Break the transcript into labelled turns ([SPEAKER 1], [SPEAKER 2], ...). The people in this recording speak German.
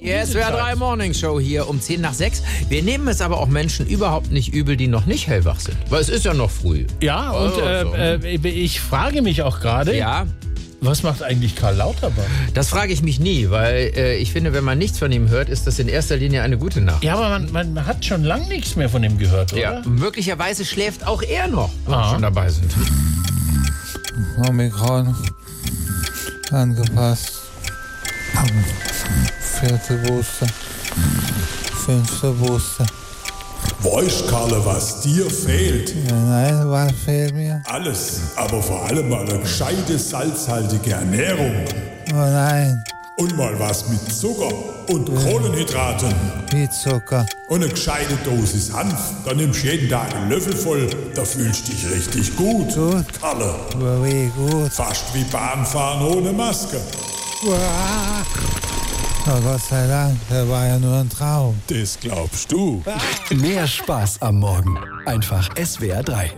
[SPEAKER 1] Yes, wir drei Morning Show hier um 10 nach 6. Wir nehmen es aber auch Menschen überhaupt nicht übel, die noch nicht hellwach sind. Weil es ist ja noch früh.
[SPEAKER 2] Ja, und
[SPEAKER 1] Oh,
[SPEAKER 2] äh,
[SPEAKER 1] so.
[SPEAKER 2] äh, ich frage mich auch gerade,
[SPEAKER 1] Ja,
[SPEAKER 2] was macht eigentlich Karl Lauterbach?
[SPEAKER 1] das frage ich mich nie, weil äh, ich finde, wenn man nichts von ihm hört, ist das in erster Linie eine gute Nacht.
[SPEAKER 2] Ja, aber man, man hat schon lange nichts mehr von ihm gehört, oder?
[SPEAKER 1] Möglicherweise schläft auch er noch, wenn wir
[SPEAKER 2] Ah.
[SPEAKER 1] schon dabei sind.
[SPEAKER 3] Omikron angepasst. Vierte Booster. Fünfte Booster.
[SPEAKER 4] Weißt, Karle, was dir fehlt?
[SPEAKER 3] Nein, was fehlt mir?
[SPEAKER 4] Alles, aber vor allem mal eine gescheite salzhaltige Ernährung.
[SPEAKER 3] Oh nein,
[SPEAKER 4] Und mal was mit Zucker und Kohlenhydraten.
[SPEAKER 3] wie Zucker.
[SPEAKER 4] Und eine gescheite Dosis Hanf. Dann nimmst du jeden Tag einen Löffel voll. Da fühlst du dich richtig gut.
[SPEAKER 3] Gut.
[SPEAKER 4] Karle,
[SPEAKER 3] Wie gut.
[SPEAKER 4] fast wie Bahnfahren ohne Maske.
[SPEAKER 3] Oh Gott sei Dank, das war ja nur ein Traum.
[SPEAKER 4] Das glaubst du.
[SPEAKER 5] Mehr Spaß am Morgen. Einfach SWR 3.